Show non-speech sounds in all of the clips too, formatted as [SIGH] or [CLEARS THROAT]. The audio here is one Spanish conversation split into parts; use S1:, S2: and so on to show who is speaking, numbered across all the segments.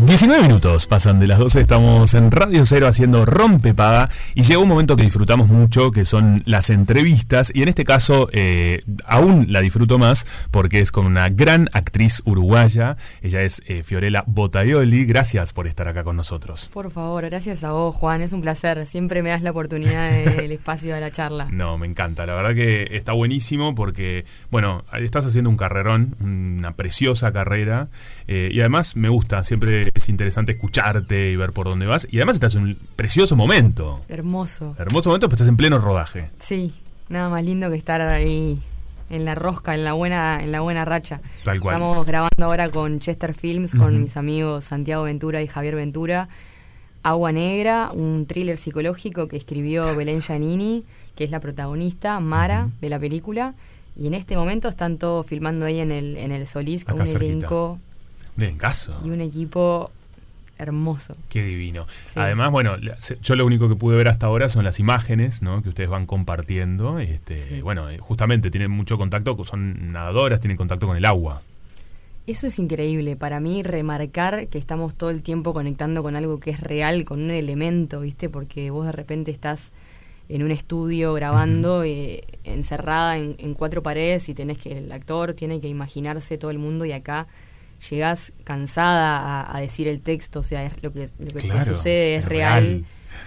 S1: 19 minutos pasan de las 12, estamos en Radio Cero haciendo rompepaga y llega un momento que disfrutamos mucho, que son las entrevistas y en este caso eh, aún la disfruto más porque es con una gran actriz uruguaya, ella es eh, Fiorella Botaioli, gracias por estar acá con nosotros.
S2: Por favor, gracias a vos Juan, es un placer, siempre me das la
S1: [LAUGHS]
S2: oportunidad del espacio de la charla.
S1: No, me encanta, la verdad que está buenísimo porque, bueno, estás haciendo un carrerón, una preciosa carrera eh, y además me gusta, siempre es interesante escucharte y ver por dónde vas. Y además estás en un precioso momento.
S2: Hermoso.
S1: Hermoso momento, pues estás en pleno rodaje.
S2: Sí, nada más lindo que estar ahí en la rosca, en la buena, en la buena racha.
S1: Tal cual.
S2: Estamos grabando ahora con Chester Films, con
S1: Ujú.
S2: mis amigos Santiago Ventura y Javier Ventura. Agua Negra, un thriller psicológico que escribió Belén Giannini, que es la protagonista, Mara, de la película. Y en este momento están todos filmando ahí en el, en el Solís con
S1: Acá
S2: un
S1: cerquita.
S2: elenco
S1: Bien, caso.
S2: y un equipo hermoso.
S1: Qué divino.
S2: Sí.
S1: Además, bueno, la- se- yo lo único que pude ver hasta ahora son las imágenes ¿no? que ustedes van compartiendo. Este,
S2: Sí.
S1: Bueno, eh, justamente tienen mucho contacto, son nadadoras, tienen contacto con el agua.
S2: Eso es increíble. Para mí, remarcar que estamos todo el tiempo conectando con algo que es real, con un elemento, ¿viste? Porque vos de repente estás en un estudio grabando, eh, encerrada en, en cuatro paredes y tenés que, el actor tiene que imaginarse todo el mundo y acá llegás cansada a, a decir el texto, o sea, es lo que, lo que
S1: Claro,
S2: te sucede es
S1: es
S2: real,
S1: real.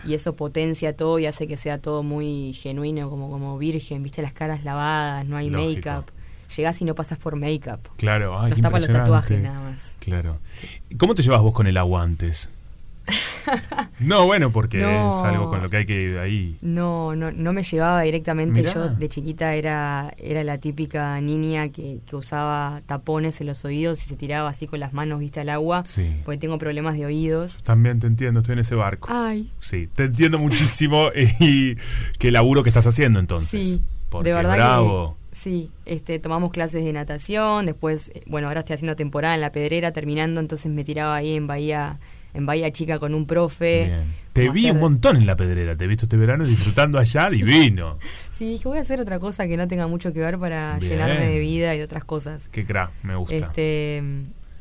S2: y eso potencia todo y hace que sea todo muy genuino, como, como virgen, viste las caras lavadas, no hay
S1: Lógico.
S2: make-up. Llegás y no pasas por make-up.
S1: Claro, ay,
S2: Los
S1: qué
S2: tapa los
S1: impresionante.
S2: tatuajes nada más.
S1: Claro. ¿Cómo te llevas vos con el agua
S2: [LAUGHS]
S1: antes? no, bueno, porque
S2: No.
S1: es algo con lo que hay que ahí.
S2: No, no, no me llevaba directamente.
S1: Mirá.
S2: Yo de chiquita era, era la típica niña que, que usaba tapones en los oídos y se tiraba así con las manos, viste, al agua.
S1: Sí.
S2: Porque tengo problemas de oídos.
S1: También te entiendo, estoy en ese barco.
S2: Ay,
S1: Sí, te entiendo muchísimo [LAUGHS] y qué laburo que estás haciendo entonces.
S2: sí.
S1: Porque
S2: De verdad
S1: bravo.
S2: que sí. Este, tomamos clases de natación, después, eh, bueno, ahora estoy haciendo temporada en la pedrera, terminando, entonces me tiraba ahí en Bahía, en Bahía Chica con un profe.
S1: Bien. Te
S2: Como
S1: vi un
S2: hacer-
S1: montón en la pedrera, te he visto este verano disfrutando
S2: [LAUGHS]
S1: allá, divino.
S2: Sí, dije, voy a hacer otra cosa que no tenga mucho que ver para
S1: Bien.
S2: llenarme de vida y de otras cosas.
S1: Qué crack, me gusta.
S2: Este,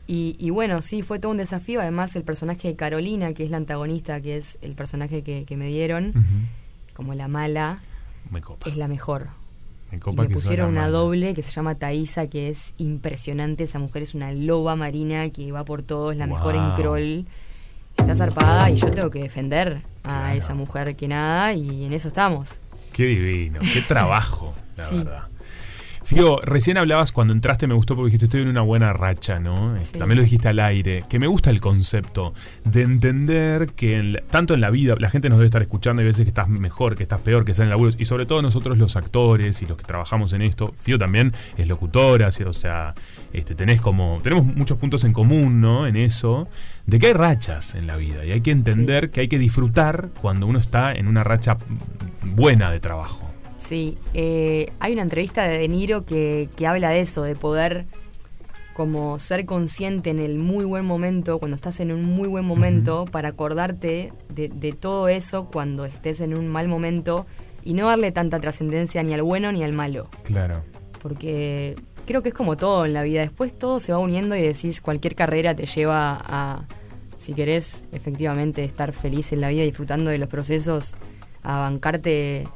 S2: y, y bueno, sí, fue todo un desafío. Además, el personaje de Carolina, que es la antagonista, que es el personaje que, que me dieron,
S1: Mm. Ujú.
S2: como la mala,
S1: Me copa.
S2: es la mejor.
S1: Me
S2: Y
S1: copa
S2: me
S1: que
S2: pusieron
S1: suena mal.
S2: una doble que se llama Thaisa, que es impresionante. Esa mujer es una loba marina que va por todo, es la mejor en
S1: Guau.
S2: crawl. Está zarpada y yo tengo que defender a
S1: Claro.
S2: esa mujer que nada, y en eso estamos.
S1: Qué divino,
S2: [LAUGHS]
S1: qué trabajo, la
S2: Sí.
S1: verdad. Fío, recién hablabas cuando entraste, me gustó porque dijiste estoy en una buena racha, ¿no? Este,
S2: Sí.
S1: También lo dijiste al aire, que me gusta el concepto de entender que en la- tanto en la vida, la gente nos debe estar escuchando y veces que estás mejor, que estás peor, que estás en laburos, y sobre todo nosotros los actores y los que trabajamos en esto, Fío también es locutora, o sea, este, tenés como, tenemos muchos puntos en común, ¿no? En eso, de que hay rachas en la vida y hay que entender que hay que disfrutar cuando uno está en una racha buena de trabajo.
S2: Sí, eh, hay una entrevista de De Niro que, que habla de eso, de poder como ser consciente en el muy buen momento, cuando estás en un muy buen momento, para acordarte de, de todo eso cuando estés en un mal momento y no darle tanta trascendencia ni al bueno ni al malo,
S1: Claro.
S2: porque creo que es como todo en la vida, después todo se va uniendo y decís cualquier carrera te lleva a, si querés efectivamente estar feliz en la vida, disfrutando de los procesos, a bancarte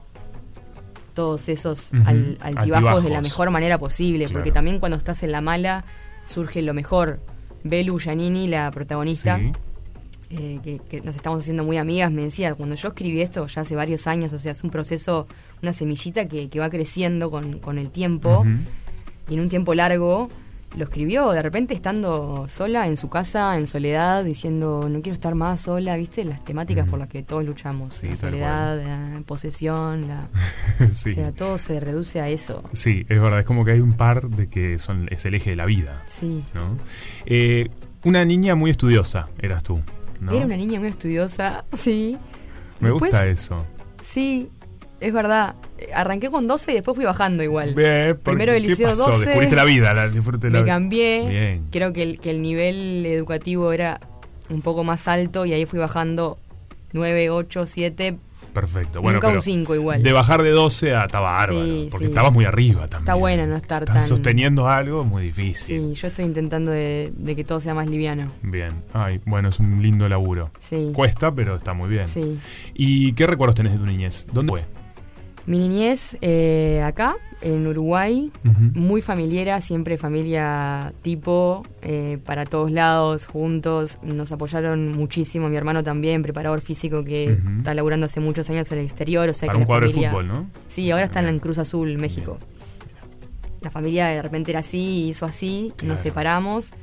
S2: todos esos
S1: Ujú,
S2: al- altibajos, de la
S1: altibajos.
S2: mejor manera posible,
S1: Claro.
S2: porque también cuando estás en la mala surge lo mejor. Belu Giannini, la protagonista,
S1: Sí.
S2: eh, que, que nos estamos haciendo muy amigas, me decía, cuando yo escribí esto ya hace varios años, o sea, es un proceso, una semillita que, que va creciendo con, con el tiempo,
S1: Ujú. [LAUGHS]
S2: y en un tiempo largo lo escribió, de repente estando sola en su casa, en soledad, diciendo, no quiero estar más sola, ¿viste? Las temáticas
S1: Ujú.
S2: por las que todos luchamos,
S1: Sí,
S2: la
S1: tal
S2: soledad, la posesión, la...
S1: sí.
S2: O sea, todo se reduce a eso.
S1: Sí, es verdad, es como que hay un par de que son es el eje de la vida,
S2: Sí.
S1: ¿no? Eh, una niña muy estudiosa eras tú, ¿no?
S2: Era una niña muy estudiosa, [LAUGHS] sí.
S1: Me
S2: Después,
S1: gusta eso.
S2: Sí, es verdad. Eh, Arranqué con 12 y después fui bajando igual.
S1: Ve, ¿por
S2: Primero
S1: qué?
S2: del
S1: ¿Qué
S2: liceo
S1: pasó?
S2: 12.
S1: Descubriste la vida, la, disfrute de la
S2: Me
S1: vida.
S2: cambié.
S1: Bien.
S2: Creo que el, que el nivel educativo era un poco más alto y ahí fui bajando 9, 8, 7.
S1: perfecto. Bueno,
S2: Nunca un
S1: pero
S2: cinco igual.
S1: De bajar de 12 a está bárbaro,
S2: Sí,
S1: porque
S2: sí.
S1: estabas muy arriba también.
S2: Está bueno no estar
S1: Estás
S2: tan-
S1: sosteniendo algo muy difícil.
S2: Sí, yo estoy intentando de, de que todo sea más liviano.
S1: Bien. Ay, bueno, es un lindo laburo.
S2: Sí.
S1: Cuesta, pero está muy bien.
S2: Sí.
S1: ¿Y qué recuerdos tenés de tu niñez? ¿Dónde fue?
S2: Mi niñez eh, acá, en Uruguay,
S1: Ujú.
S2: muy familiera, siempre familia tipo, eh, para todos lados, juntos. Nos apoyaron muchísimo, mi hermano también, preparador físico que
S1: Ujú.
S2: está laburando hace muchos años en el exterior. O sea
S1: Para
S2: que
S1: un
S2: la
S1: cuadro de
S2: familia-
S1: fútbol, ¿no?
S2: Sí, ahora está en la Cruz Azul, México. La familia de repente era así, hizo así,
S1: Claro.
S2: nos separamos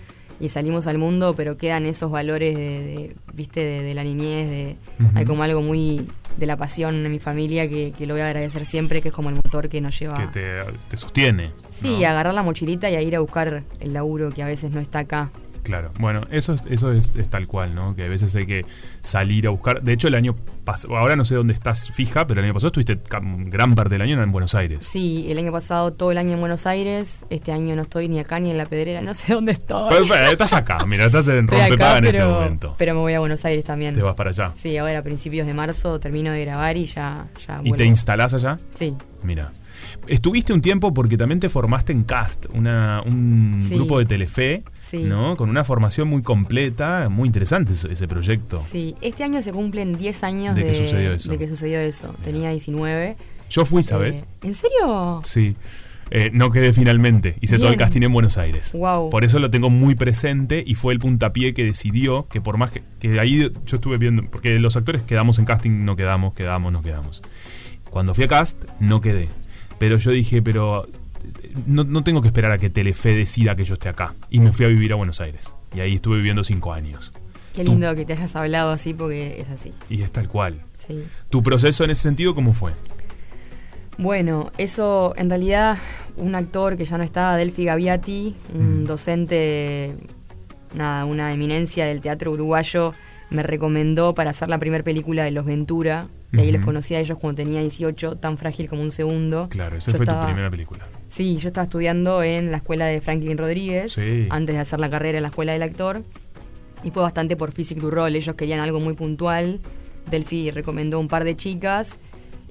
S2: y salimos al mundo, pero quedan esos valores de, de- viste, de, de la niñez, de
S1: Ujú.
S2: hay como algo muy de la pasión de mi familia que, que lo voy a agradecer siempre, que es como el motor que nos lleva.
S1: Que te, te sostiene.
S2: Sí,
S1: ¿no?
S2: agarrar la mochilita y a ir a buscar el laburo que a veces no está acá.
S1: Claro, bueno, eso, es, eso es, es tal cual, ¿no? Que a veces hay que salir a buscar. De hecho, el año pasado, ahora no sé dónde estás fija, pero el año pasado estuviste ca- gran parte del año en Buenos Aires.
S2: Sí, el año pasado todo el año en Buenos Aires, este año no estoy ni acá ni en la pedrera, no sé dónde estoy.
S1: Pero, pero, estás acá, mira, estás en
S2: Estoy acá,
S1: rompepaga en este
S2: pero-
S1: momento.
S2: pero me voy a Buenos Aires también.
S1: Te vas para allá.
S2: Sí, ahora a principios de marzo termino de grabar y ya, ya
S1: ¿Y
S2: vuelvo.
S1: te instalás allá?
S2: Sí,
S1: Mira. Estuviste un tiempo porque también te formaste en CAST, una, un
S2: Sí.
S1: grupo de Telefe,
S2: Sí.
S1: ¿no? Con una formación muy completa, muy interesante ese, ese proyecto.
S2: sí. Este año se cumplen 10 años
S1: De
S2: de,
S1: que sucedió eso.
S2: de que sucedió eso. Tenía 19.
S1: Yo fui, ¿sabes?
S2: Eh, ¿En serio?
S1: Sí. Eh, no quedé finalmente. Hice todo el
S2: Bien.
S1: casting en Buenos Aires.
S2: Guau.
S1: Por eso lo tengo muy presente y fue el puntapié que decidió que por más que, que ahí yo estuve viendo, porque los actores quedamos en casting, no quedamos, quedamos, no quedamos. Cuando fui a cast, no quedé. Pero yo dije, pero eh, no, no tengo que esperar a que Telefe decida que yo esté acá. Y me fui a vivir a Buenos Aires. Y ahí estuve viviendo cinco años.
S2: Qué
S1: Tú-
S2: lindo que te hayas hablado así porque es así.
S1: Y es tal cual.
S2: Sí.
S1: ¿Tu proceso en ese sentido cómo fue?
S2: Bueno, eso en realidad un actor que ya no está, Delphi Gaviati, un
S1: Mm.
S2: docente, nada, una eminencia del teatro uruguayo, me recomendó para hacer la primera película de Los Ventura. Y ahí
S1: Ujú.
S2: los conocí a ellos cuando tenía 18, tan frágil como un segundo.
S1: Claro, esa
S2: Yo
S1: fue tu
S2: estaba-
S1: primera película.
S2: Sí, yo estaba estudiando en la escuela de Franklin Rodríguez,
S1: Sí.
S2: antes de hacer la carrera en la escuela del actor, y fue bastante por Physic du Rol, ellos querían algo muy puntual, Delphi recomendó un par de chicas,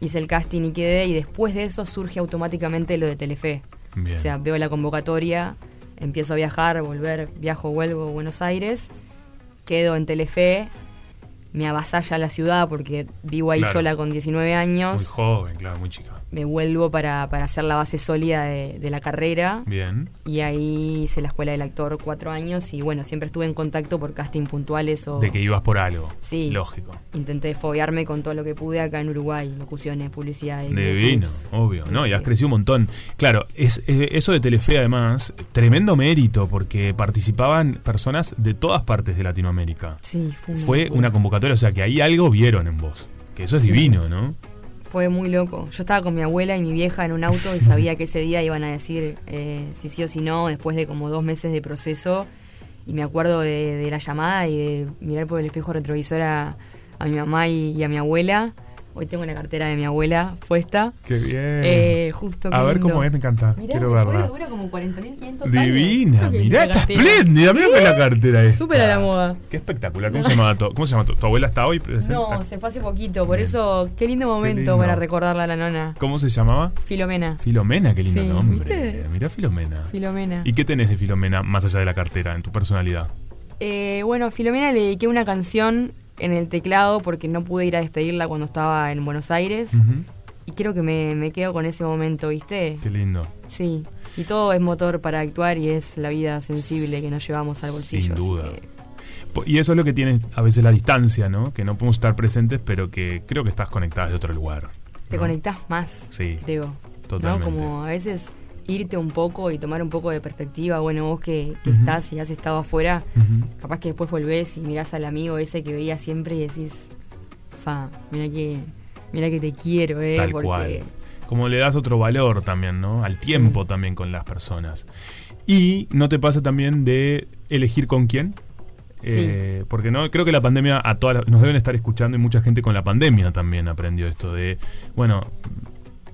S2: hice el casting y quedé, y después de eso surge automáticamente lo de Telefe.
S1: Bien.
S2: O sea, veo la convocatoria, empiezo a viajar, volver, viajo, vuelvo a Buenos Aires, quedo en Telefe, me avasalla la ciudad porque vivo ahí
S1: Claro.
S2: sola con 19 años
S1: muy joven, claro, muy chica.
S2: me vuelvo para, para hacer la base sólida de, de la carrera.
S1: Bien.
S2: Y ahí hice la escuela del actor cuatro años y bueno, siempre estuve en contacto por casting puntuales o
S1: De que ibas por algo.
S2: Oh. Sí.
S1: Lógico.
S2: intenté foguearme con todo lo que pude acá en Uruguay, locuciones, publicidad.
S1: Divino, obvio. No, y has crecido un montón. Claro, es, eh, eso de Telefe además, tremendo mérito porque participaban personas de todas partes de Latinoamérica.
S2: Sí, fue,
S1: Fue una
S2: locura.
S1: convocatoria, o sea que ahí algo vieron en vos. Que eso es
S2: Sí.
S1: divino, ¿no?
S2: Fue muy loco. Yo estaba con mi abuela y mi vieja en un auto y sabía que ese día iban a decir eh, si sí o si no después de como dos meses de proceso. Y me acuerdo de, de la llamada y de mirar por el espejo retrovisor a, a mi mamá y, y a mi abuela. Hoy tengo la cartera de mi abuela puesta.
S1: Qué bien.
S2: Eh, justo qué
S1: a ver
S2: lindo.
S1: cómo es, me encanta.
S2: Mirá,
S1: Quiero
S2: mi abuela
S1: verla.
S2: dura como 40.500
S1: Divina,
S2: años. que
S1: mirá,
S2: la
S1: está
S2: cartera.
S1: espléndida, mirá con la cartera esta.
S2: Súper a la moda.
S1: Qué espectacular. ¿Cómo se llama tu, cómo se llama tu, tu abuela está hoy? presente?
S2: No, se fue hace poquito, por
S1: Bien.
S2: eso qué lindo momento
S1: lindo.
S2: para recordarla a la nona.
S1: ¿Cómo se llamaba?
S2: Filomena.
S1: Filomena, qué lindo
S2: Sí,
S1: nombre.
S2: ¿viste?
S1: Mirá Filomena.
S2: Filomena.
S1: ¿Y qué tenés de Filomena más allá de la cartera en tu personalidad?
S2: Eh, bueno, a Filomena le dediqué una canción en el teclado porque no pude ir a despedirla cuando estaba en Buenos Aires.
S1: Ujú.
S2: Y creo que me, me quedo con ese momento, ¿viste?
S1: Qué lindo.
S2: Sí. Y todo es motor para actuar y es la vida sensible que nos llevamos al bolsillo.
S1: Sin
S2: así
S1: duda.
S2: que-
S1: Po- Y eso es lo que tiene a veces la distancia, ¿no? Que no podemos estar presentes, pero que creo que estás conectada de otro lugar.
S2: te
S1: ¿no?
S2: conectás más,
S1: Sí,
S2: creo. ¿no?
S1: totalmente.
S2: Como a veces irte un poco y tomar un poco de perspectiva. Bueno, vos que, que
S1: Ujú.
S2: estás y has estado afuera,
S1: Ujú.
S2: capaz que después volvés y mirás al amigo ese que veías siempre y decís, fa, mira que, mira que te quiero, eh,
S1: Tal
S2: porque
S1: cual. Como le das otro valor también, ¿no? Al tiempo también con las personas. Y no te pasa también de elegir con quién. Eh, porque no creo que la pandemia a todas las- nos deben estar escuchando y mucha gente con la pandemia también aprendió esto de bueno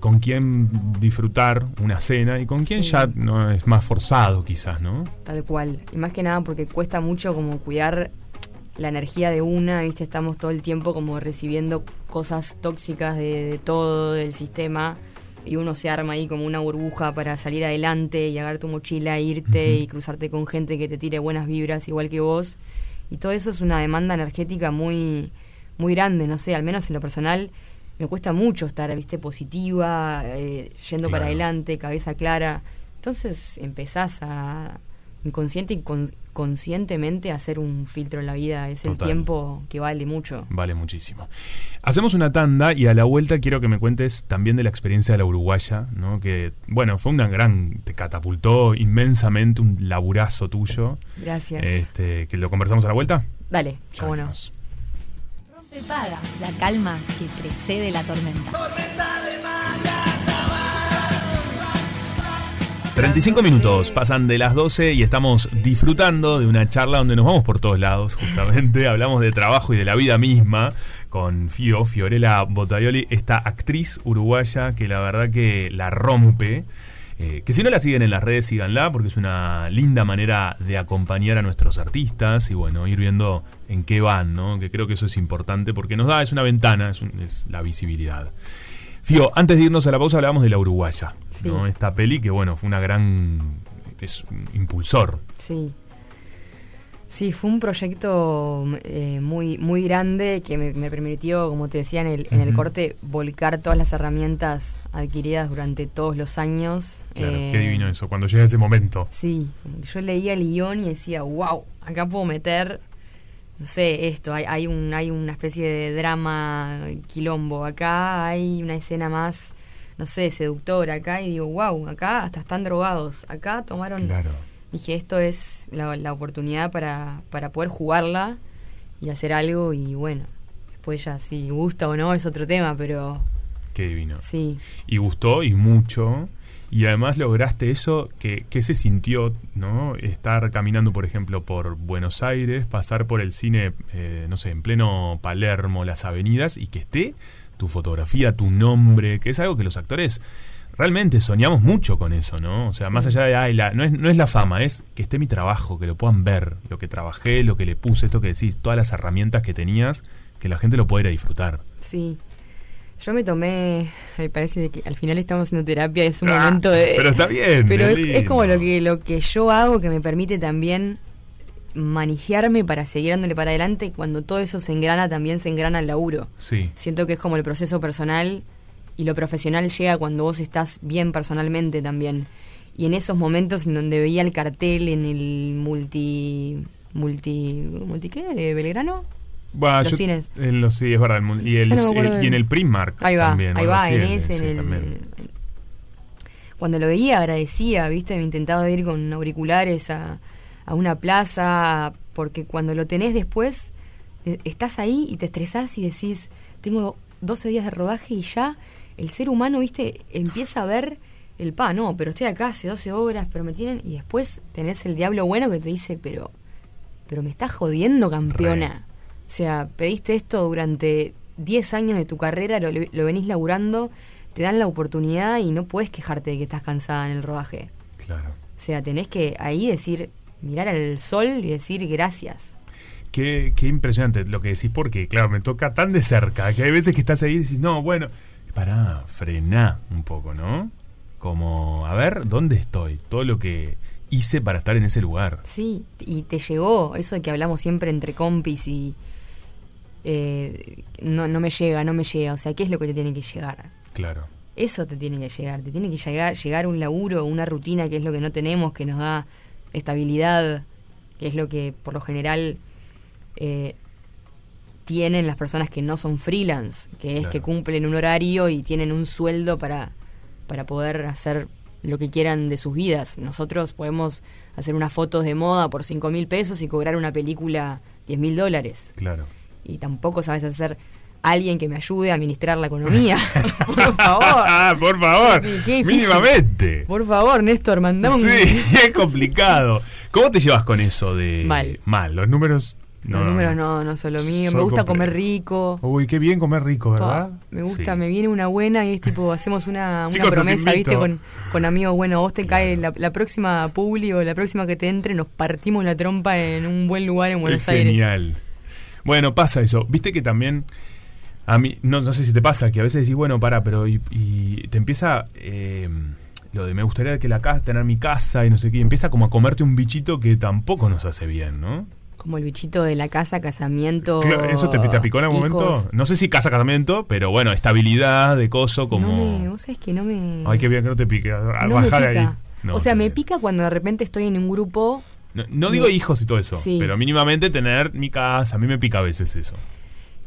S1: con quién disfrutar una cena y con quién
S2: Sí.
S1: ya no es más forzado quizás no
S2: tal cual. Y más que nada porque cuesta mucho como cuidar la energía de una, ¿viste? Estamos todo el tiempo como recibiendo cosas tóxicas de, de todo, del sistema, y uno se arma ahí como una burbuja para salir adelante y agarrar tu mochila, irte
S1: Ujú.
S2: y cruzarte con gente que te tire buenas vibras igual que vos. Y todo eso es una demanda energética muy, muy grande, no sé, al menos en lo personal me cuesta mucho estar, viste, positiva, eh, yendo para
S1: Claro.
S2: adelante, cabeza clara. Entonces empezás a inconsciente y con- conscientemente a hacer un filtro en la vida. Es el
S1: Total.
S2: tiempo que vale mucho.
S1: Vale muchísimo. Hacemos una tanda y a la vuelta quiero que me cuentes también de la experiencia de la uruguaya, ¿no? Que, bueno, fue una gran. te catapultó inmensamente un laburazo tuyo.
S2: Gracias.
S1: Este, que lo conversamos a la vuelta.
S2: Dale,
S1: Ya
S2: cómo no.
S1: venimos.
S3: Rompe paga, la calma que precede la tormenta.
S1: 35 minutos pasan de las 12 y estamos disfrutando de una charla donde nos vamos por todos lados, justamente. [LAUGHS] Hablamos de trabajo y de la vida misma con Fio, Fiorella Bottaioli, esta actriz uruguaya que la verdad que la rompe. Eh, que si no la siguen en las redes, síganla, porque es una linda manera de acompañar a nuestros artistas y bueno, ir viendo en qué van, ¿no? Que creo que eso es importante porque nos da, es una ventana, es, un- es la visibilidad. Fío, antes de irnos a la pausa hablábamos de la uruguaya,
S2: Sí.
S1: ¿no? Esta peli que bueno, fue una gran es un impulsor.
S2: Sí. Sí, fue un proyecto eh, muy, muy grande que me, me permitió, como te decía en el, en el
S1: Ujú.
S2: corte, volcar todas las herramientas adquiridas durante todos los años.
S1: Claro,
S2: Eh,
S1: qué divino eso, cuando llega ese momento.
S2: Sí, como que yo leía el guión y decía, wow, acá puedo meter, no sé, esto, hay, hay, un, hay una especie de drama quilombo, acá hay una escena más, no sé, seductora, acá, y digo, wow, acá hasta están drogados, acá tomaron...
S1: Claro.
S2: Dije, esto es la, la oportunidad para, para poder jugarla y hacer algo y bueno, después ya si gusta o no es otro tema, pero
S1: Qué divino.
S2: sí,
S1: y gustó y mucho. Y además lograste eso que, que se sintió, ¿no? Estar caminando, por ejemplo, por Buenos Aires, pasar por el cine, eh, no sé, en pleno Palermo, las avenidas, y que esté tu fotografía, tu nombre, que es algo que los actores realmente soñamos mucho con eso, ¿no? O sea,
S2: Sí.
S1: más allá de, ay, la, no, es, no es la fama, es que esté mi trabajo, que lo puedan ver, lo que trabajé, lo que le puse, esto que decís, todas las herramientas que tenías, que la gente lo pueda ir a disfrutar.
S2: sí. Yo me tomé, me parece que al final estamos haciendo terapia, es un momento de...
S1: Ah, Pero está bien.
S2: [LAUGHS] pero es, es
S1: lindo.
S2: como lo que, lo que yo hago que me permite también manejarme para seguir dándole para adelante y cuando todo eso se engrana también se engrana el laburo.
S1: Sí.
S2: Siento que es como el proceso personal y lo profesional llega cuando vos estás bien personalmente también. Y en esos momentos en donde veía el cartel en el multi... multi ¿Multi qué? ¿De Belgrano?
S1: Bah,
S2: Los
S1: yo-
S2: cines.
S1: En los, sí, es verdad. el mun- Y,
S2: Ya
S1: el,
S2: no me acuerdo
S1: y en
S2: del-
S1: el Primark.
S2: Ahí va,
S1: también,
S2: ahí
S1: o
S2: va,
S1: algo
S2: en
S1: así,
S2: ese,
S1: sí,
S2: en el...
S1: también.
S2: Cuando lo veía agradecía, ¿viste? Me intentaba ir con auriculares a, a una plaza, porque cuando lo tenés después, eh, estás ahí y te estresás y decís, tengo 12 días de rodaje y ya el ser humano, ¿viste? Empieza a ver el pa, no, pero estoy acá hace 12 horas, pero me tienen... Y después tenés el diablo bueno que te dice, pero pero me estás jodiendo, campeona. O sea, pediste esto durante 10 años de tu carrera, lo, lo venís laburando, te dan la oportunidad y no puedes quejarte de que estás cansada en el rodaje.
S1: Claro.
S2: O sea, tenés que ahí decir, mirar al sol y decir gracias.
S1: Qué, qué impresionante lo que decís, porque, claro, me toca tan de cerca que hay veces que estás ahí y decís, no, bueno, pará, frená un poco, ¿no? Como, a ver, ¿dónde estoy? Todo lo que hice para estar en ese lugar.
S2: Sí, y te llegó eso de que hablamos siempre entre compis y eh, no, no me llega, no me llega. O sea, ¿qué es lo que te tiene que llegar?
S1: Claro.
S2: Eso te tiene que llegar, te tiene que llegar, llegar un laburo, una rutina que es lo que no tenemos, que nos da estabilidad, que es lo que por lo general eh, tienen las personas que no son freelance, que es
S1: Claro.
S2: que cumplen un horario y tienen un sueldo para, para poder hacer lo que quieran de sus vidas. Nosotros podemos hacer unas fotos de moda por 5 mil pesos y cobrar una película 10 mil dólares
S1: Claro.
S2: y tampoco sabes hacer alguien que me ayude a administrar la economía. [LAUGHS] por favor.
S1: Ah, [LAUGHS] por favor.
S2: Qué difícil.
S1: Mínimamente.
S2: Por favor, Néstor, mandame un...
S1: Sí, [LAUGHS] es complicado. ¿Cómo te llevas con eso de
S2: Mal.
S1: Mal, los números...
S2: Los números no, no son lo mío.
S1: Son
S2: Me gusta
S1: comple-
S2: comer rico.
S1: Uy, qué bien comer rico,
S2: Pa,
S1: Oh, ¿verdad?
S2: me gusta,
S1: Sí.
S2: me viene una buena y es tipo, hacemos una, una
S1: Chicos, los
S2: promesa,
S1: invito.
S2: viste, con, con amigos, bueno, vos te
S1: Claro.
S2: cae la, la próxima publi o la próxima que te entre, nos partimos la trompa en un buen lugar en Buenos
S1: Es
S2: Aires.
S1: Genial. Bueno, pasa eso. Viste que también. A mí, no, no sé si te pasa, que a veces decís, bueno, para, pero. Y, y te empieza. eh, lo de me gustaría que la casa, tener mi casa y no sé qué. y empieza como a comerte un bichito que tampoco nos hace bien, ¿no?
S2: Como el bichito de la casa, casamiento.
S1: Claro, ¿Eso te, te picó en algún
S2: hijos.
S1: momento? No sé si casa casamiento, pero bueno, estabilidad de coso, como.
S2: No me, vos sabés que no me.
S1: Ay, qué bien que no te pique. A
S2: no me
S1: bajar ahí.
S2: pica.
S1: No,
S2: o sea,
S1: está
S2: me
S1: bien.
S2: pica cuando de repente estoy en un grupo.
S1: No, no digo hijos y todo eso,
S2: Sí.
S1: pero mínimamente tener mi casa. A mí me pica a veces eso.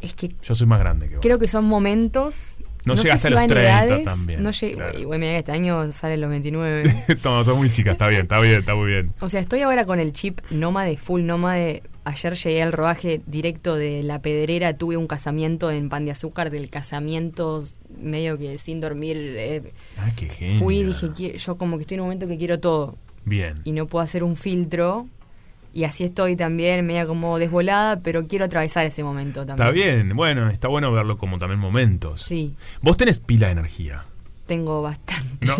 S2: Es que
S1: Yo soy más grande que vos.
S2: creo que son momentos.
S1: No
S2: sé
S1: llegaste
S2: si
S1: a los
S2: van
S1: 30
S2: edades,
S1: también,
S2: No llegué.
S1: claro.
S2: Bueno, mira, este año sale
S1: [LAUGHS]
S2: los 29.
S1: [LAUGHS] no, sos muy chica, está bien, está bien, está muy bien.
S2: O sea, estoy ahora con el chip nómade, full nómade. Ayer llegué al rodaje directo de La Pedrera, tuve un casamiento en Pan de Azúcar, del casamiento s- medio que sin dormir. eh,
S1: Ah, qué genio.
S2: fui y dije, "Qui- yo como que estoy en un momento que quiero todo
S1: Bien.
S2: y no puedo hacer un filtro. Y así estoy también, media como desvolada, pero quiero atravesar ese momento también.
S1: Está bien, bueno, está bueno verlo como también momentos.
S2: Sí,
S1: Vos tenés pila de energía.
S2: tengo bastante. [LAUGHS]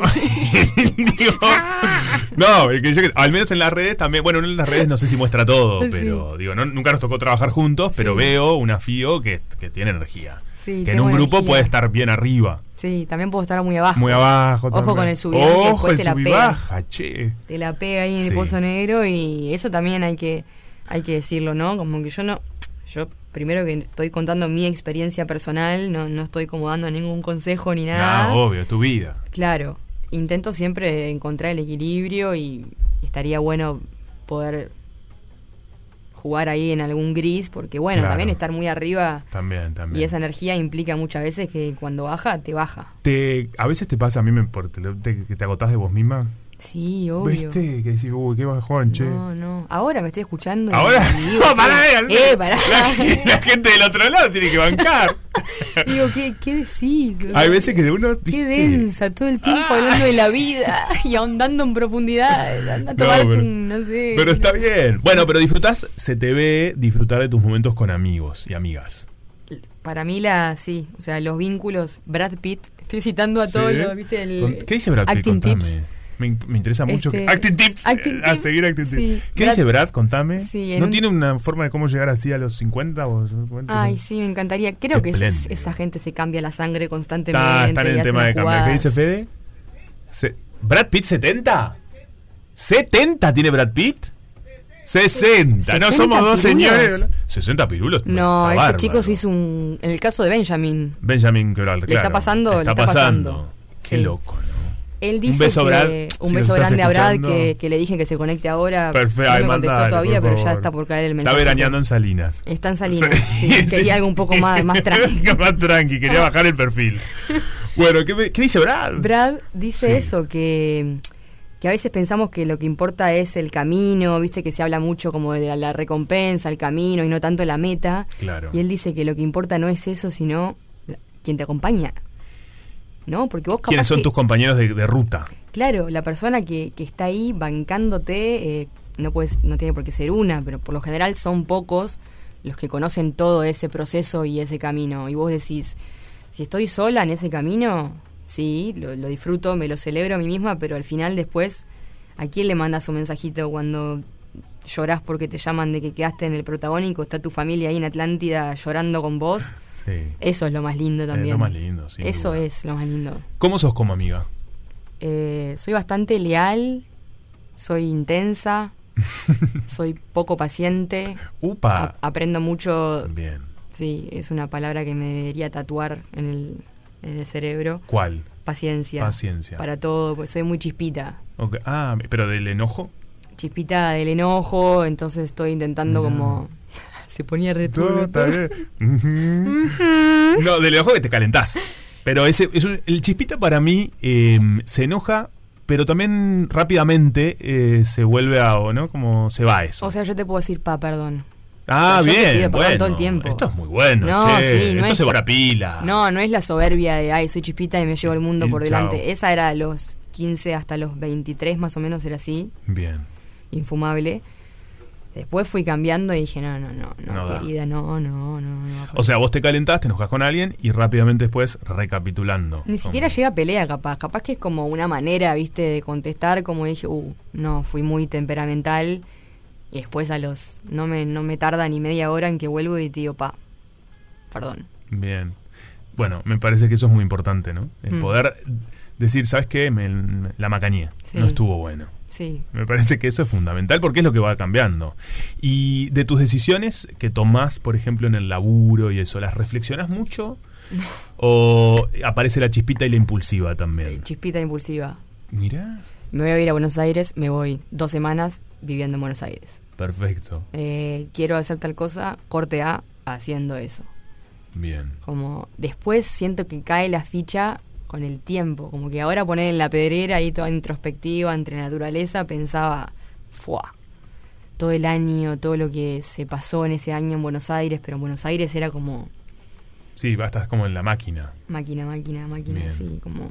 S1: No, Digo, no es que yo- al menos en las redes también. Bueno, en las redes no sé si muestra todo,
S2: Sí.
S1: pero digo, no- nunca nos tocó trabajar juntos, pero
S2: Sí.
S1: veo una FIO que, que tiene energía.
S2: Sí,
S1: que en
S2: tengo
S1: un grupo
S2: energía.
S1: puede estar bien arriba,
S2: Sí, también puedo estar muy abajo.
S1: muy abajo.
S2: Ojo
S1: también.
S2: con el subidón, que
S1: Ojo,
S2: después
S1: el
S2: te la
S1: sub y
S2: pega.
S1: baja, che.
S2: te la pega ahí en
S1: Sí.
S2: el pozo negro y eso también hay que hay que decirlo, ¿no? Como que yo no yo primero que estoy contando mi experiencia personal, no, no estoy como dando ningún consejo ni nada.
S1: No, obvio, tu vida.
S2: claro, intento siempre encontrar el equilibrio y estaría bueno poder jugar ahí en algún gris porque bueno,
S1: Claro.
S2: también estar muy arriba
S1: También, también.
S2: y esa energía implica muchas veces que cuando baja te baja.
S1: Te- a veces te pasa a mí me, por- te, te- que te agotás de vos misma.
S2: Sí, obvio.
S1: ¿Viste? Que decís, uy, qué bajón, che.
S2: No, no. Ahora me estoy escuchando. y
S1: Ahora, [LAUGHS]
S2: digo,
S1: pará,
S2: ¿qué?
S1: eh,
S2: eh, pará.
S1: La, gente- la gente del otro lado tiene que
S2: [LAUGHS]
S1: bancar.
S2: Digo, ¿qué, qué decís? O sea,
S1: Hay veces que de uno.
S2: Qué
S1: ¿viste?
S2: densa, todo el tiempo hablando de la vida [LAUGHS] y ahondando en profundidad. Anda a tomarte
S1: pero-
S2: un, no sé.
S1: Pero está bien. Bueno, pero disfrutás, se te ve disfrutar de tus momentos con amigos y amigas.
S2: Para mí, la, sí. O sea, los vínculos. Brad Pitt. Estoy citando a todos
S1: Sí.
S2: los, ¿viste? El,
S1: Con- ¿Qué dice Brad Pitt?
S2: Acting
S1: Contame.
S2: Tips.
S1: Me, in- me interesa mucho.
S2: Este,
S1: que- Acting Tips.
S2: Acting
S1: eh, A
S2: Tips.
S1: seguir Acting
S2: Sí.
S1: Tips. ¿Qué
S2: Brad-
S1: dice Brad? Contame.
S2: Sí, en
S1: ¿No
S2: un-
S1: tiene una forma de cómo llegar así a los 50 o 50?
S2: Ay, sí, me encantaría. Creo que es- es-
S1: Espléndido.
S2: esa gente se cambia la sangre constantemente.
S1: Está, está en
S2: y
S1: el
S2: hace
S1: tema
S2: unas
S1: de cambiar. ¿Qué
S2: jugadas.
S1: dice Fede? Se- ¿Brad Pitt 70? ¿70 tiene Brad Pitt? 60. No
S2: 60
S1: somos dos
S2: pirulos.
S1: señores. 60 pirulos.
S2: No, ese
S1: está
S2: chico
S1: bárbaro.
S2: se hizo un. En el caso de Benjamin,
S1: Benjamin Coral,
S2: Le está pasando, le está pasando.
S1: Qué
S2: Sí.
S1: loco, ¿no?
S2: Él dice
S1: beso,
S2: que,
S1: Brad,
S2: un
S1: si nos
S2: beso
S1: estás
S2: grande a Brad
S1: escuchando.
S2: que, que le dije que se conecte ahora.
S1: Perfecto.
S2: No
S1: ay,
S2: me contestó
S1: mandale,
S2: todavía,
S1: por
S2: pero ya
S1: favor.
S2: está por caer el
S1: Está
S2: mensaje.
S1: veraneando en Salinas.
S2: Está
S1: [LAUGHS]
S2: en Salinas. sí. Quería algo un poco más, más tranquilo.
S1: más tranqui, quería bajar el perfil. Bueno, ¿qué, me- qué dice Brad?
S2: Brad dice
S1: Sí.
S2: eso, que, que a veces pensamos que lo que importa es el camino, viste que se habla mucho como de la, la recompensa, el camino y no tanto la meta.
S1: Claro.
S2: Y él dice que lo que importa no es eso, sino la- quien te acompaña. ¿No? Porque vos capaz
S1: ¿Quiénes son
S2: que-
S1: tus compañeros de, de ruta?
S2: Claro, la persona que, que está ahí bancándote, eh, no, puedes, no tiene por qué ser una, pero por lo general son pocos los que conocen todo ese proceso y ese camino. Y vos decís, si estoy sola en ese camino, sí, lo, lo disfruto, me lo celebro a mí misma, pero al final después, ¿a quién le mandas un mensajito cuando llorás porque te llaman de que quedaste en el protagónico, está tu familia ahí en Atlántida llorando con vos?
S1: Sí.
S2: Eso es lo más lindo también.
S1: lo más lindo, sin
S2: Eso
S1: duda.
S2: es lo más lindo.
S1: ¿Cómo sos como amiga?
S2: Eh, soy bastante leal, soy intensa,
S1: [LAUGHS]
S2: soy poco paciente,
S1: Upa.
S2: ap- aprendo mucho.
S1: Bien.
S2: Sí, es una palabra que me debería tatuar en el, en el cerebro.
S1: ¿Cuál?
S2: Paciencia.
S1: Paciencia.
S2: Para todo, pues soy muy chispita.
S1: Ok, Ah, pero del enojo.
S2: Chispita del enojo, entonces estoy intentando como. [LAUGHS] Se ponía returbio. todo.
S1: Ujú. no, del enojo que te calentás. Pero ese, es un- el chispita para mí eh, se enoja, pero también rápidamente eh, se vuelve a, o ¿no? Como se va eso.
S2: O sea, yo te puedo decir, pa, perdón.
S1: ah,
S2: o sea, yo te
S1: bien.
S2: pido perdón
S1: bueno,
S2: todo el tiempo.
S1: Esto es muy bueno.
S2: No,
S1: che,
S2: sí, no
S1: esto
S2: es
S1: se
S2: que-
S1: va pila.
S2: No, no es la soberbia de, ay, soy chispita y me llevo el mundo
S1: Ah. Y
S2: por
S1: chao.
S2: delante. Esa era a los 15 hasta los 23 más o menos, era así.
S1: Bien.
S2: infumable. Después fui cambiando y dije, no, no, no, no,
S1: No da.
S2: querida, no, no, no. no va a
S1: O sea, vos te calentás, te enojas con alguien y rápidamente después recapitulando.
S2: Ni siquiera llega a pelea, capaz. Capaz que es como una manera, viste, de contestar. Como dije, uh, no, fui muy temperamental Y después a los. No me, no me tarda ni media hora en que vuelvo y te digo, pa. Perdón.
S1: Bien. Bueno, me parece que eso es muy importante, ¿no? El
S2: Mm.
S1: poder decir, ¿sabes qué? Me- me- la macañé.
S2: Sí.
S1: No estuvo bueno.
S2: Sí.
S1: Me parece que eso es fundamental porque es lo que va cambiando. Y de tus decisiones que tomás, por ejemplo, en el laburo y eso, ¿las reflexionás mucho? ¿O aparece la chispita y la impulsiva
S2: eh,
S1: también?
S2: Chispita impulsiva.
S1: Mirá,
S2: Me voy a ir a Buenos Aires, me voy dos semanas viviendo en Buenos Aires.
S1: perfecto.
S2: Eh, quiero hacer tal cosa, corte A, haciendo eso.
S1: Bien.
S2: Como después siento que cae la ficha con el tiempo. Como que ahora poner en la pedrera ahí toda introspectiva, entre naturaleza, pensaba, fuá. Todo el año, todo lo que se pasó en ese año en Buenos Aires, pero en Buenos Aires era como
S1: Sí, va, estás como en la máquina.
S2: máquina, máquina, máquina,
S1: Bien.
S2: así como.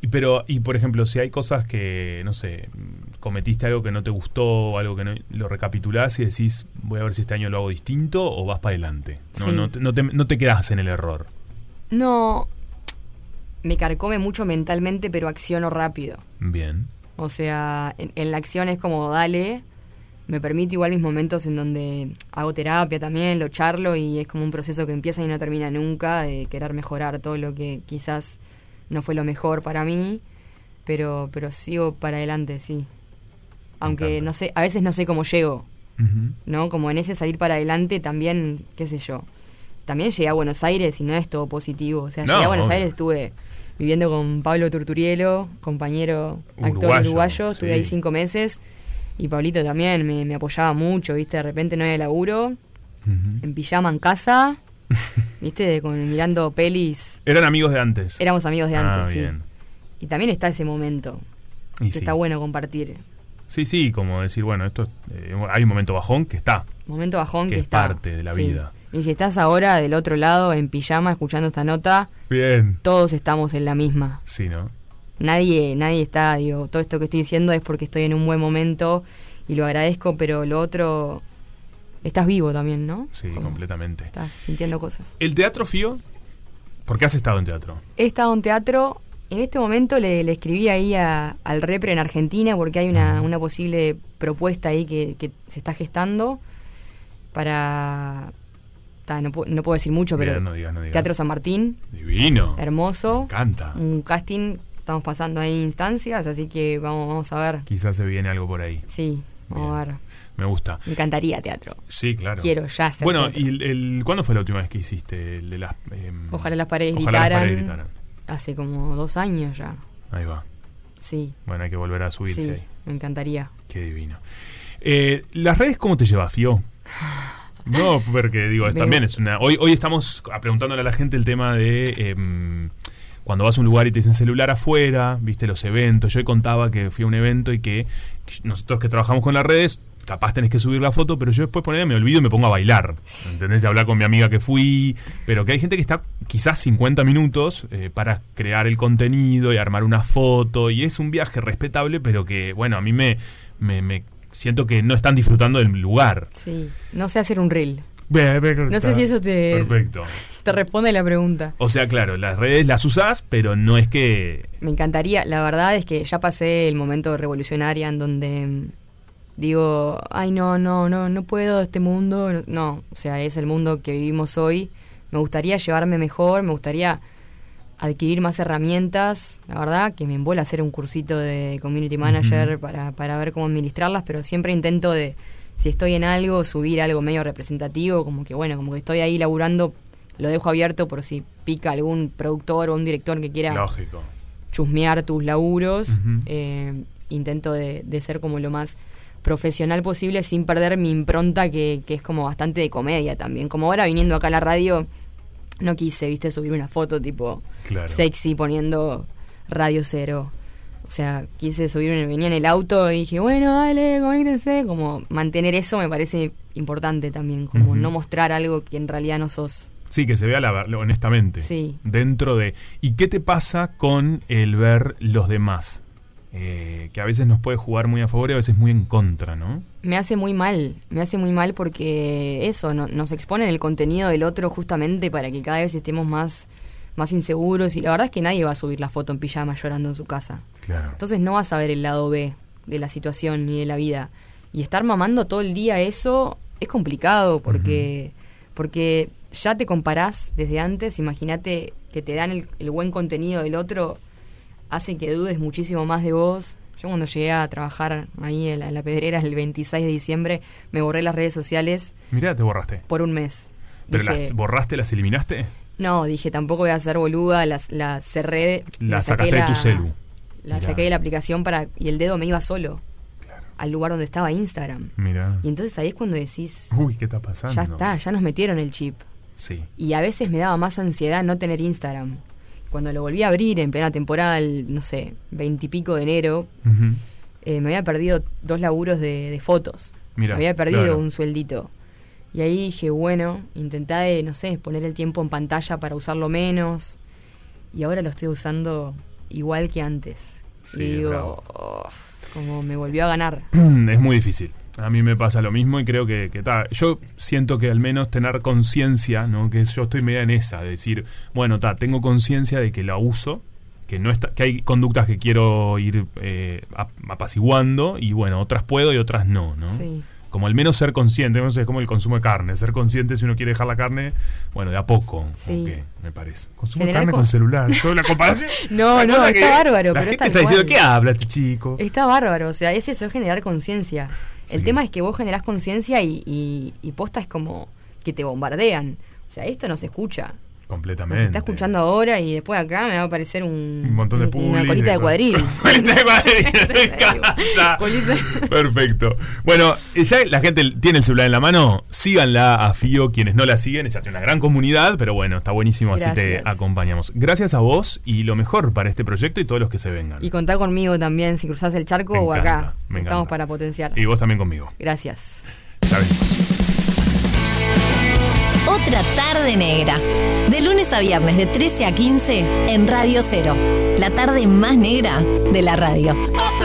S1: Y, pero, y por ejemplo, si hay cosas que, no sé, mm, cometiste algo que no te gustó, algo que no, lo recapitulás y decís, voy a ver si este año lo hago distinto o vas para adelante. No,
S2: Sí.
S1: no, te, no, te, no te quedás en el error.
S2: No, me carcome mucho mentalmente, pero acciono rápido.
S1: Bien.
S2: O sea, en, en la acción es como, dale, me permito igual mis momentos en donde hago terapia también, lo charlo y es como un proceso que empieza y no termina nunca, de querer mejorar todo lo que quizás no fue lo mejor para mí, pero, pero sigo para adelante, sí. Aunque
S1: encanta.
S2: no sé, a veces no sé cómo llego,
S1: Ujú.
S2: ¿no? Como en ese salir para adelante también, qué sé yo. También llegué a Buenos Aires y no es todo positivo. O sea,
S1: No,
S2: llegué a Buenos
S1: obvio.
S2: Aires, estuve viviendo con Pablo Turturielo, compañero actor
S1: Uruguayo,
S2: uruguayo, estuve ahí
S1: sí.
S2: cinco meses. Y Pablito también me, me apoyaba mucho, ¿viste? De repente no había laburo,
S1: Ujú.
S2: en pijama
S1: [LAUGHS]
S2: en casa, ¿viste? Con, mirando pelis.
S1: Eran amigos de antes.
S2: Éramos amigos de antes,
S1: Ah, bien.
S2: sí. Y también está ese momento,
S1: Y
S2: que
S1: sí.
S2: está bueno compartir.
S1: sí, sí, como decir, bueno, esto es, eh, hay un momento bajón que está.
S2: Momento bajón
S1: Que
S2: que,
S1: es
S2: está.
S1: parte de la vida.
S2: Y si estás ahora del otro lado en pijama escuchando esta nota,
S1: Bien.
S2: todos estamos en la misma.
S1: Sí, ¿no?
S2: Nadie, nadie está, digo, todo esto que estoy diciendo es porque estoy en un buen momento y lo agradezco, pero lo otro, estás vivo también, ¿no?
S1: Sí,
S2: Como
S1: completamente.
S2: Estás sintiendo cosas.
S1: ¿El teatro fío? Porque has estado en teatro.
S2: He estado en teatro, en este momento le, le escribí ahí a- al Repre en Argentina porque hay una, una posible propuesta ahí que, que se está gestando para... ta, no, pu- no puedo decir mucho, pero
S1: Bien, no digas, no digas.
S2: Teatro San Martín,
S1: Divino. Me
S2: hermoso. Mm.
S1: encanta.
S2: un casting, estamos pasando ahí instancias, así que vamos, vamos a ver.
S1: Quizás se viene algo por ahí.
S2: Sí, vamos a ver.
S1: Me gusta.
S2: Me encantaría teatro.
S1: Sí, claro.
S2: Quiero ya hacer
S1: Bueno,
S2: teatro.
S1: ¿y el, el- cuándo fue la última vez que hiciste el de las. em,
S2: Ojalá las paredes
S1: Ojalá las
S2: gritaran.
S1: paredes gritaran.
S2: Hace como dos años ya.
S1: Ahí va.
S2: Sí,
S1: Bueno, hay que volver a subirse
S2: sí,
S1: ahí.
S2: me encantaría.
S1: Qué divino. Eh, ¿Las redes cómo te llevas, Fio? No, porque digo, es-
S2: Veo.
S1: también es una. Hoy, hoy estamos a- preguntándole a la gente el tema de em, cuando vas a un lugar y te dicen celular afuera, viste los eventos. Yo hoy contaba que fui a un evento y que nosotros que trabajamos con las redes, capaz tenés que subir la foto, pero yo después poner, me olvido y me pongo a bailar. ¿Entendés? Y hablar con mi amiga que fui. Pero que hay gente que está quizás 50 minutos eh, para crear el contenido y armar una foto. Y es un viaje respetable, pero que, bueno, a mí me- me- me siento que no están disfrutando del lugar.
S2: Sí, no sé hacer un reel.
S1: No
S2: No sé si eso te-
S1: Perfecto.
S2: Te responde la pregunta.
S1: O sea, claro, las redes las usás, pero no es que.
S2: Me encantaría, la verdad es que ya pasé el momento revolucionaria en donde mm, digo, ay no, no, no, no puedo este mundo, no- no, o sea, es el mundo que vivimos hoy. Me gustaría llevarme mejor, me gustaría adquirir más herramientas, la verdad que me embola hacer un cursito de community manager para, para ver cómo administrarlas, pero siempre intento de, si estoy en algo, subir algo medio representativo, como que bueno, como que estoy ahí laburando, lo dejo abierto por si pica algún productor o un director que quiera
S1: Lógico.
S2: chusmear tus laburos.
S1: Ujú.
S2: eh, intento de, de ser como lo más profesional posible sin perder mi impronta, que, que es como bastante de comedia también. Como ahora viniendo acá a la radio, no quise, viste, subir una foto tipo
S1: Claro.
S2: sexy poniendo Radio Cero. O sea, quise subir, venía en el auto y dije, bueno, dale, conéctense. Como mantener eso me parece importante también, como
S1: Ujú.
S2: no mostrar algo que en realidad no sos.
S1: Sí, que se vea la, ver- honestamente.
S2: Sí.
S1: Dentro de. ¿Y qué te pasa con el ver los demás? Eh, que a veces nos puede jugar muy a favor y a veces muy en contra, ¿no?
S2: Me hace muy mal, me hace muy mal porque eso, no- nos exponen el contenido del otro justamente para que cada vez estemos más, más inseguros y la verdad es que nadie va a subir la foto en pijama llorando en su casa.
S1: Claro.
S2: Entonces no vas a ver el lado B de la situación ni de la vida. Y estar mamando todo el día eso es complicado porque, porque ya te comparás desde antes. Imagínate que te dan el, el buen contenido del otro, hace que dudes muchísimo más de vos. Yo cuando llegué a trabajar ahí en la, en la pedrera el 26 de diciembre, me borré las redes sociales
S1: Mirá, te borraste.
S2: por un mes.
S1: ¿Pero
S2: Dije,
S1: las borraste, las eliminaste?
S2: no, dije, tampoco voy a ser boluda, las, las cerré.
S1: Las
S2: saqué
S1: sacaste de tu celu.
S2: La
S1: Mirá.
S2: saqué de la aplicación para y el dedo me iba solo
S1: Claro.
S2: al lugar donde estaba Instagram.
S1: Mirá.
S2: Y entonces ahí es cuando decís,
S1: Uy, ¿qué está pasando?
S2: ya está, ya nos metieron el chip.
S1: Sí.
S2: Y a veces me daba más ansiedad no tener Instagram. Cuando lo volví a abrir en plena temporada, el, no sé, veintipico de enero,
S1: Ujú.
S2: eh, me había perdido dos laburos de, de fotos.
S1: Mirá,
S2: me había perdido
S1: claro.
S2: un sueldito. Y ahí dije, bueno, intentá de, no sé, poner el tiempo en pantalla para usarlo menos. Y ahora lo estoy usando igual que antes.
S1: Sí,
S2: y
S1: bravo.
S2: digo, "Uf", como me volvió a ganar.
S1: [CLEARS THROAT] es muy difícil. A mí me pasa lo mismo y creo que, que ta, yo siento que al menos tener conciencia, ¿no? que yo estoy media en esa, de decir, bueno, ta, tengo conciencia de que la uso, que no está, que hay conductas que quiero ir eh, ap- apaciguando y bueno, otras puedo y otras no, ¿no?
S2: Sí.
S1: Como al menos ser consciente, no sé, es como el consumo de carne, ser consciente si uno quiere dejar la carne, bueno, de a poco,
S2: Sí.
S1: ¿o qué? me parece. Consumo de
S2: Generar
S1: carne
S2: co-
S1: con celular, toda la comparación.
S2: [LAUGHS] No,
S1: La
S2: no,
S1: cosa
S2: está
S1: que
S2: bárbaro,
S1: La
S2: pero
S1: gente
S2: está
S1: está diciendo,
S2: igual.
S1: ¿qué habla este chico?
S2: Está bárbaro, o sea, es eso, es generar conciencia. El
S1: Sí.
S2: tema es que vos generás conciencia y, y, y posta es como que te bombardean. O sea, esto no se escucha. Nos
S1: Completamente.
S2: está escuchando ahora y después acá me va a aparecer un,
S1: Un montón de
S2: un- Eh, una
S1: publis,
S2: colita
S1: [LAUGHS]
S2: de cuadril.
S1: colita de
S2: [LAUGHS]
S1: cuadril, me encanta.
S2: Colita-
S1: Perfecto. Bueno, eh, ya la gente tiene el celular en la mano. Síganla a Fío, quienes no la siguen. Ella tiene una gran comunidad, pero bueno, está buenísimo, así te
S2: Gracias.
S1: acompañamos. Gracias a vos y lo mejor para este proyecto y todos los que se vengan.
S2: Y contá conmigo también si cruzás el charco
S1: Me
S2: o
S1: encanta,
S2: acá.
S1: me
S2: Estamos
S1: encanta.
S2: para potenciar.
S1: Y vos también conmigo.
S2: Gracias.
S1: Ya venimos.
S3: Otra tarde negra. De lunes a viernes de 13 a 15 en Radio Cero. La tarde más negra de la radio.
S4: Oh,